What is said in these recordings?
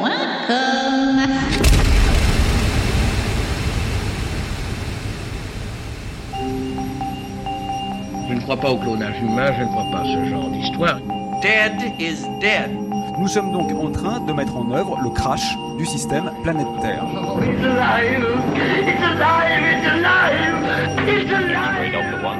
L'inaudible.com Je ne crois pas au clonage humain, je ne crois pas à ce genre d'histoire. Dead is dead. Nous sommes donc en train de mettre en œuvre le crash du système planète Terre. Delta One,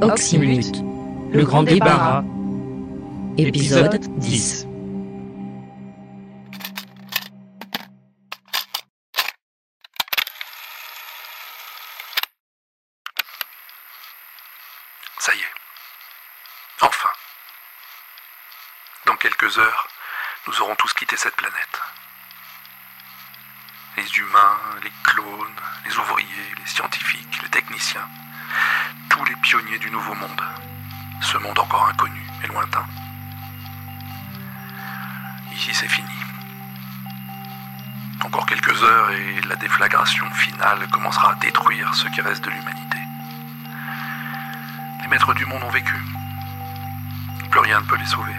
Oxyminute. Le grand débarras. Épisode 10. Ça y est. Enfin. Dans quelques heures, nous aurons tous quitté cette planète. Les humains, les clones, les ouvriers, les scientifiques, les techniciens, tous les pionniers du nouveau monde. Ce monde encore inconnu et lointain. Ici, c'est fini. Encore quelques heures et la déflagration finale commencera à détruire ce qui reste de l'humanité. Les maîtres du monde ont vécu. Plus rien ne peut les sauver.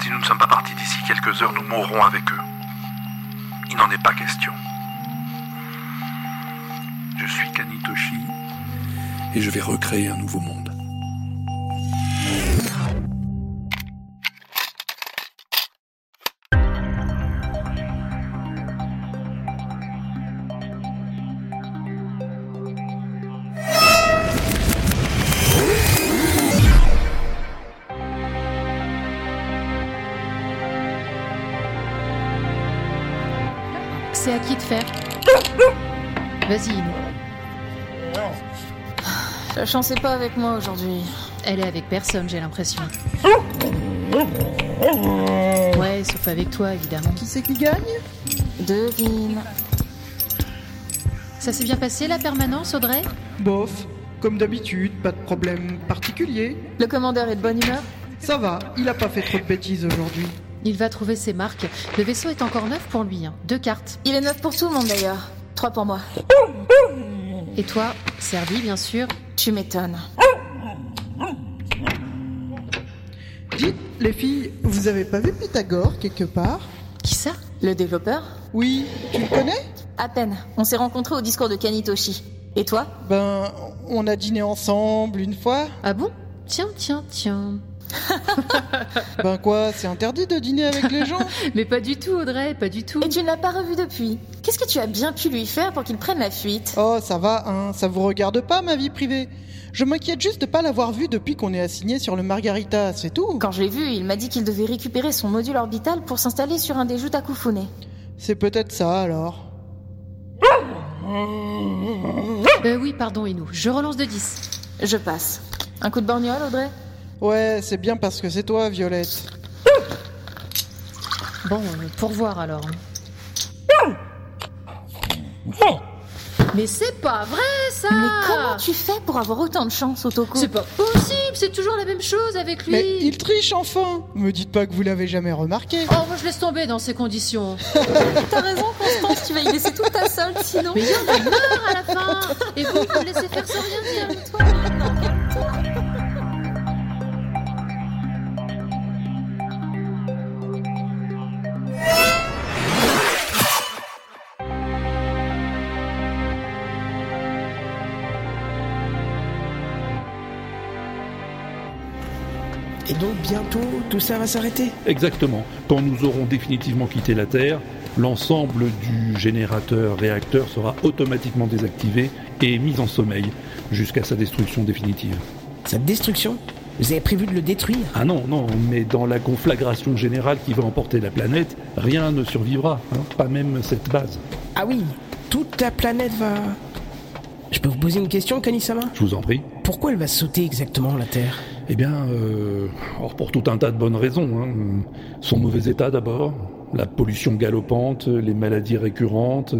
Si nous ne sommes pas partis d'ici quelques heures, nous mourrons avec eux. Il n'en est pas question. Je suis Kanitoshi et je vais recréer un nouveau monde. C'est à qui de faire Vas-y, Inou. La chance est pas avec moi aujourd'hui. Elle est avec personne, j'ai l'impression. Ouais, sauf avec toi, évidemment. Qui c'est qui gagne Devine. Ça s'est bien passé la permanence, Audrey Bof, comme d'habitude, pas de problème particulier. Le commandeur est de bonne humeur Ça va, il a pas fait trop de bêtises aujourd'hui. Il va trouver ses marques. Le vaisseau est encore neuf pour lui. hein. Deux cartes. Il est neuf pour tout le monde d'ailleurs. Trois pour moi. Et toi, servi, bien sûr. Tu m'étonnes. Dites, les filles, vous avez pas vu Pythagore quelque part Qui ça Le développeur Oui, tu le connais À peine. On s'est rencontrés au discours de Kanitoshi. Et toi Ben, on a dîné ensemble une fois. Ah bon Tiens, tiens, tiens. Ben quoi, c'est interdit de dîner avec les gens Mais pas du tout, Audrey, pas du tout. Et tu ne l'as pas revu depuis. Qu'est-ce que tu as bien pu lui faire pour qu'il prenne la fuite Oh, ça va, hein, ça vous regarde pas ma vie privée. Je m'inquiète juste de pas l'avoir vu depuis qu'on est assigné sur le Margarita, c'est tout. Quand je l'ai vu, il m'a dit qu'il devait récupérer son module orbital pour s'installer sur un des joutes à Kufune. C'est peut-être ça alors. Euh, oui, pardon, Inou. Je relance de 10. Je passe. Un coup de borgnole, Audrey Ouais, c'est bien parce que c'est toi, Violette. Bon, euh, pour voir alors. Mais c'est pas vrai, ça Mais comment tu fais pour avoir autant de chance, Otoko C'est pas possible, c'est toujours la même chose avec lui. Mais il triche enfin Me dites pas que vous l'avez jamais remarqué. Oh, moi je laisse tomber dans ces conditions. T'as raison, Constance, tu vas y laisser toute ta solde sinon. Mais il y en a marre à la fin. Et vous, vous me laissez faire sans rien dire. Toi, maintenant, calme-toi. Et donc bientôt, tout ça va s'arrêter. Exactement. Quand nous aurons définitivement quitté la Terre, l'ensemble du générateur-réacteur sera automatiquement désactivé et mis en sommeil jusqu'à sa destruction définitive. Cette destruction, vous avez prévu de le détruire Ah non, non, mais dans la conflagration générale qui va emporter la planète, rien ne survivra, hein, pas même cette base. Ah oui, toute la planète va... Je peux vous poser une question, Kanisama Je vous en prie. Pourquoi elle va sauter exactement la Terre Eh bien, euh, alors pour tout un tas de bonnes raisons. hein. Son mauvais état d'abord, la pollution galopante, les maladies récurrentes.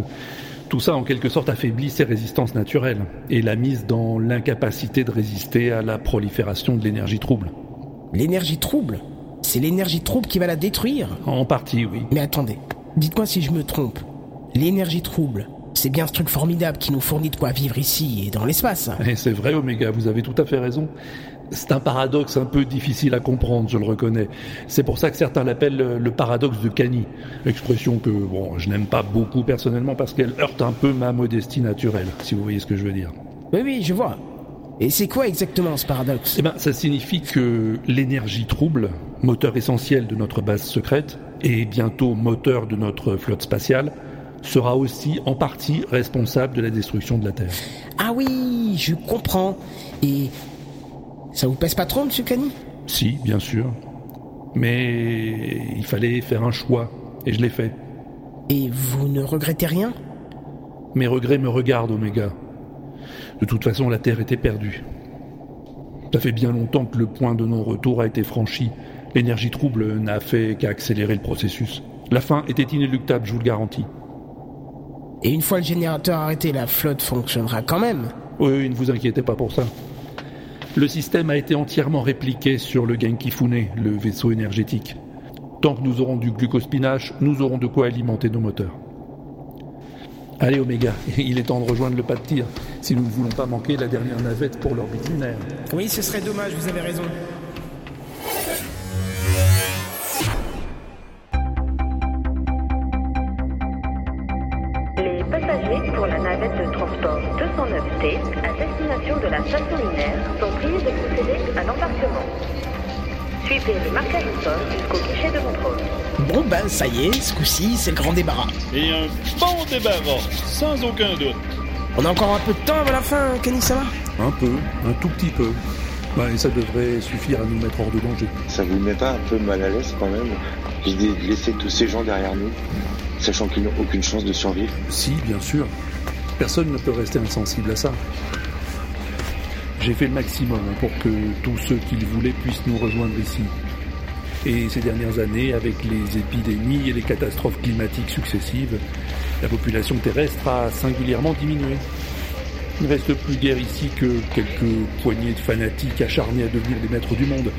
Tout ça, en quelque sorte, affaiblit ses résistances naturelles et la mise dans l'incapacité de résister à la prolifération de l'énergie trouble. L'énergie trouble C'est l'énergie trouble qui va la détruire En partie, oui. Mais attendez, dites-moi si je me trompe. L'énergie trouble, c'est bien ce truc formidable qui nous fournit de quoi vivre ici et dans l'espace. Et c'est vrai, Oméga, vous avez tout à fait raison. C'est un paradoxe un peu difficile à comprendre, je le reconnais. C'est pour ça que certains l'appellent euh, le paradoxe de Cani, expression que bon, je n'aime pas beaucoup personnellement parce qu'elle heurte un peu ma modestie naturelle, si vous voyez ce que je veux dire. Oui, oui, je vois. Et c'est quoi exactement ce paradoxe Eh ben, ça signifie que l'énergie trouble, moteur essentiel de notre base secrète et bientôt moteur de notre flotte spatiale, sera aussi en partie responsable de la destruction de la Terre. Ah oui, je comprends. Et ça vous pèse pas trop, monsieur Cani Si, bien sûr. Mais il fallait faire un choix, et je l'ai fait. Et vous ne regrettez rien Mes regrets me regardent, Oméga. De toute façon, la Terre était perdue. Ça fait bien longtemps que le point de non-retour a été franchi. L'énergie trouble n'a fait qu'accélérer le processus. La fin était inéluctable, je vous le garantis. Et une fois le générateur arrêté, la flotte fonctionnera quand même. Oui, oui, ne vous inquiétez pas pour ça. Le système a été entièrement répliqué sur le Genkifune, le vaisseau énergétique. Tant que nous aurons du glucospinache, nous aurons de quoi alimenter nos moteurs. Allez Oméga, il est temps de rejoindre le pas de tir, si nous ne voulons pas manquer la dernière navette pour l'orbite lunaire. Oui, ce serait dommage, vous avez raison. Les passagers pour la navette de transport 209T à destination de la station lunaire sont priés de procéder à l'embarquement. Suivez les marquages au sol jusqu'au guichet de contrôle. Bon ben, ça y est, ce coup-ci, c'est le grand débarras. Et un bon débarras, sans aucun doute. On a encore un peu de temps avant la fin, Kenny, ça va Un peu, un tout petit peu. Ouais, et ça devrait suffire à nous mettre hors de danger. Ça vous met pas un peu mal à l'aise quand même L'idée de laisser tous ces gens derrière nous, sachant qu'ils n'ont aucune chance de survivre Si, bien sûr. Personne ne peut rester insensible à ça. J'ai fait le maximum hein, pour que tous ceux qui le voulaient puissent nous rejoindre ici. Et ces dernières années, avec les épidémies et les catastrophes climatiques successives, la population terrestre a singulièrement diminué. Il ne reste plus guère ici que quelques poignées de fanatiques acharnés à devenir les maîtres du monde,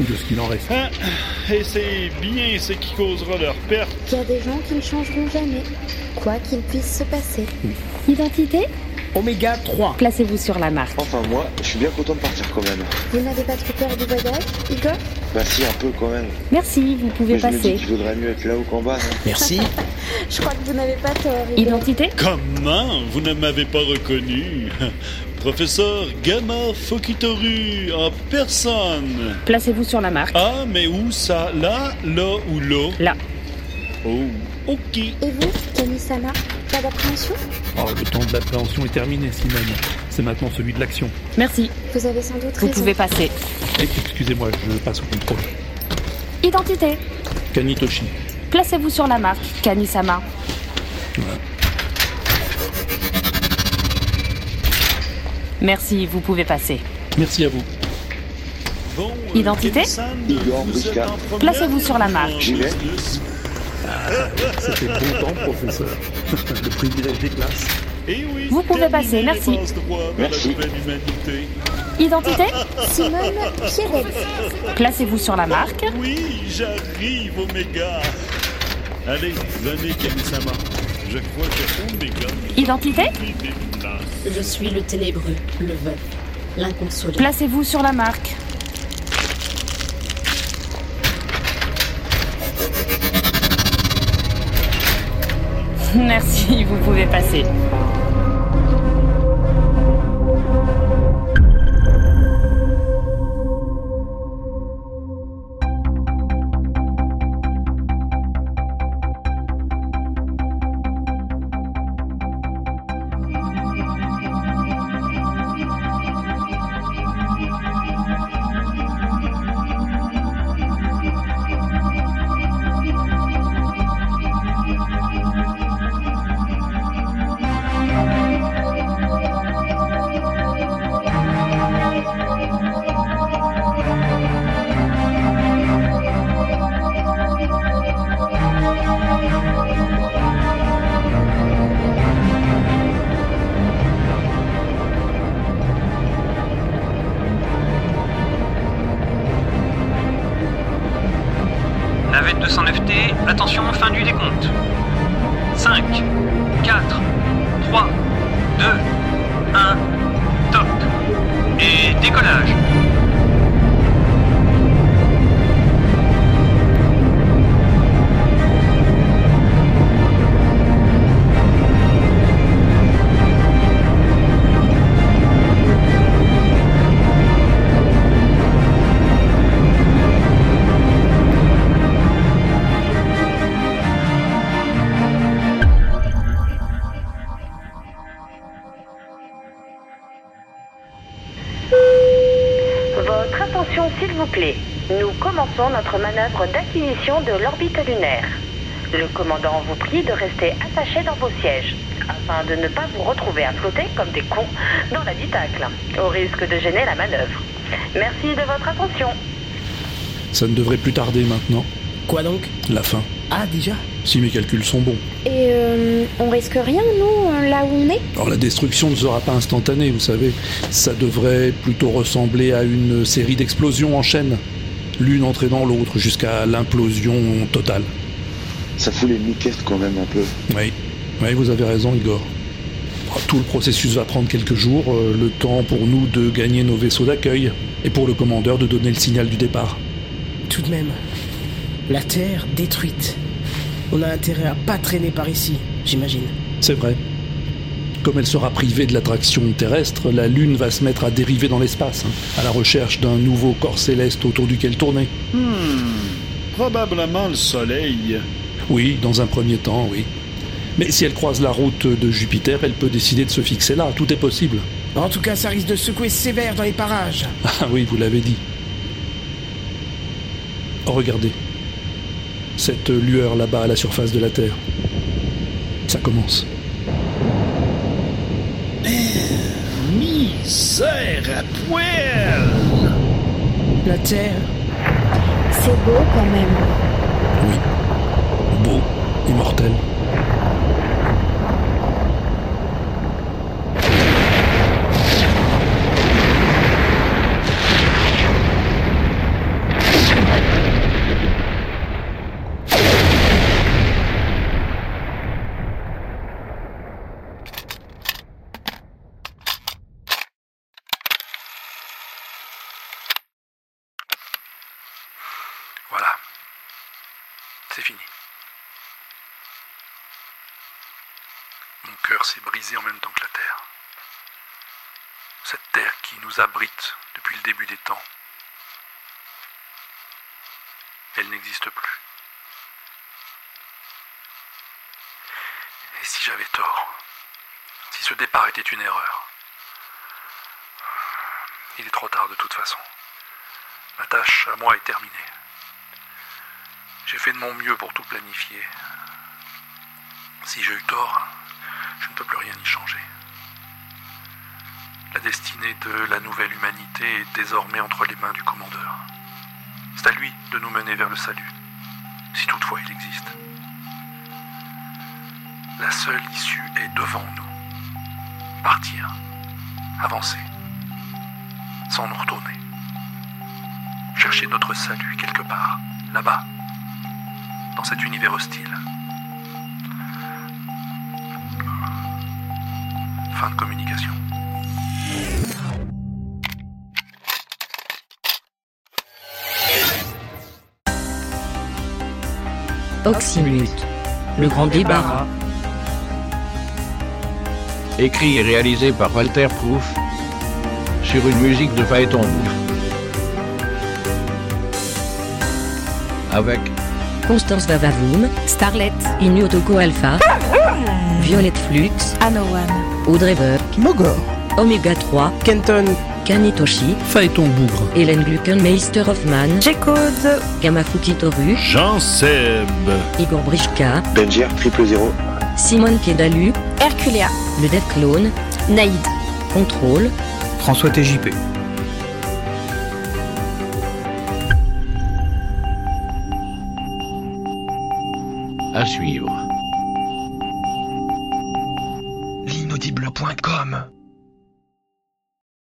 ou de ce qu'il en reste. Hein? Et c'est bien ce qui causera leur perte. Il y a des gens qui ne changeront jamais, quoi qu'il puisse se passer. Identité Oméga 3. Placez-vous sur la marque. Enfin moi, je suis bien content de partir quand même. Vous n'avez pas trop peur du voyage, Igor Bah si, un peu quand même. Merci, vous pouvez Mais je me dis passer. qu'il vaudrait mieux être là-haut qu'en bas. non Merci. Je crois que vous n'avez pas tort. Identité Comment vous ne m'avez pas reconnu Professeur Gamma Fokitoru en personne. Placez-vous sur la marque. Ah, mais où ça Là, là ou là Là. Oh, ok. Et vous, Kamisama, pas d'appréhension Oh, le temps de l'appréhension est terminé, Simon. C'est maintenant celui de l'action. Merci. Vous avez sans doute Vous raison. pouvez passer. Et- Excusez-moi, je passe au contrôle. Identité Kanitoshi. Placez-vous sur la marque, Kani-sama. Merci, vous pouvez passer. Merci à vous. Bon, euh, Identité Kemi-san, Igor vous êtes Brusca. en première Placez-vous sur la marque. J'y vais. C'était bon temps, professeur. le privilège des classes. Eh oui, Vous pouvez terminez passer, les merci. passes droits vers la nouvelle humanité. Identité Simone Piedel. Placez-vous sur la marque. Oui, j'arrive, Oméga. Allez, venez, Kamisama. Je crois que Oméga Identité Je suis le ténébreux, le veuf, l'inconsolable. Placez-vous sur la marque. Merci, vous pouvez passer. Thank you. navette 209T, attention, fin du décompte. 5, 4, 3, 2, 1, top. Et décollage. Votre attention s'il vous plaît. Nous commençons notre manœuvre d'acquisition de l'orbite lunaire. Le commandant vous prie de rester attaché dans vos sièges afin de ne pas vous retrouver à flotter comme des cons dans l'habitacle au risque de gêner la manœuvre. Merci de votre attention. Ça ne devrait plus tarder maintenant. Quoi donc La fin. Ah déjà Si mes calculs sont bons. Et euh, on risque rien, nous, euh, là où on est Alors la destruction ne sera pas instantanée, vous savez. Ça devrait plutôt ressembler à une série d'explosions en chaîne, l'une entraînant l'autre jusqu'à l'implosion totale. Ça fout les miquettes quand même un peu. Oui, oui, vous avez raison, Igor. Tout le processus va prendre quelques jours, euh, le temps pour nous de gagner nos vaisseaux d'accueil et pour le commandeur de donner le signal du départ. Tout de même, la Terre détruite. On a intérêt à pas traîner par ici, j'imagine. C'est vrai. Comme elle sera privée de l'attraction terrestre, la Lune va se mettre à dériver dans l'espace, hein, à la recherche d'un nouveau corps céleste autour duquel tourner. Hmm. Probablement le soleil. Oui, dans un premier temps, oui. Mais si elle croise la route de Jupiter, elle peut décider de se fixer là, tout est possible. En tout cas, ça risque de secouer sévère dans les parages. Ah oui, vous l'avez dit. Oh, regardez. Cette lueur là-bas à la surface de la Terre. Ça commence. Misère à poil! La Terre, C'est beau quand même. Oui. Beau, immortel. Voilà. C'est fini. Mon cœur s'est brisé en même temps que la Terre. Cette Terre qui nous abrite depuis le début des temps. Elle n'existe plus. Et si j'avais tort Si ce départ était une erreur Il est trop tard de toute façon. Ma tâche à moi est terminée. J'ai fait de mon mieux pour tout planifier. Si j'ai eu tort, je ne peux plus rien y changer. La destinée de la nouvelle humanité est désormais entre les mains du commandeur. C'est à lui de nous mener vers le salut, si toutefois il existe. La seule issue est devant nous. Partir, avancer, sans nous retourner. Chercher notre salut quelque part, là-bas, dans cet univers hostile. Fin de communication. Oxymute. Le grand débarras. Écrit et réalisé par Walter Proof sur une musique de Phaéton Avec Constance Vavavoum. Starlet. Inu Otoko Alpha. Violette Flux. Anowan, Audrey Burke. Mogor, Omega 3. Kenton. Kanitoshi. Phaéton bougre. Hélène Gluckenmeister Hoffman. J-Code, Kamafuki Toru. Jean Euh, Seb. bah, Igor Brishka. Benjir triple zéro. Simone Kedalu. Herculea, Le Dev Clone. Naïd, Contrôle. François TJP. à suivre. L'inaudible.com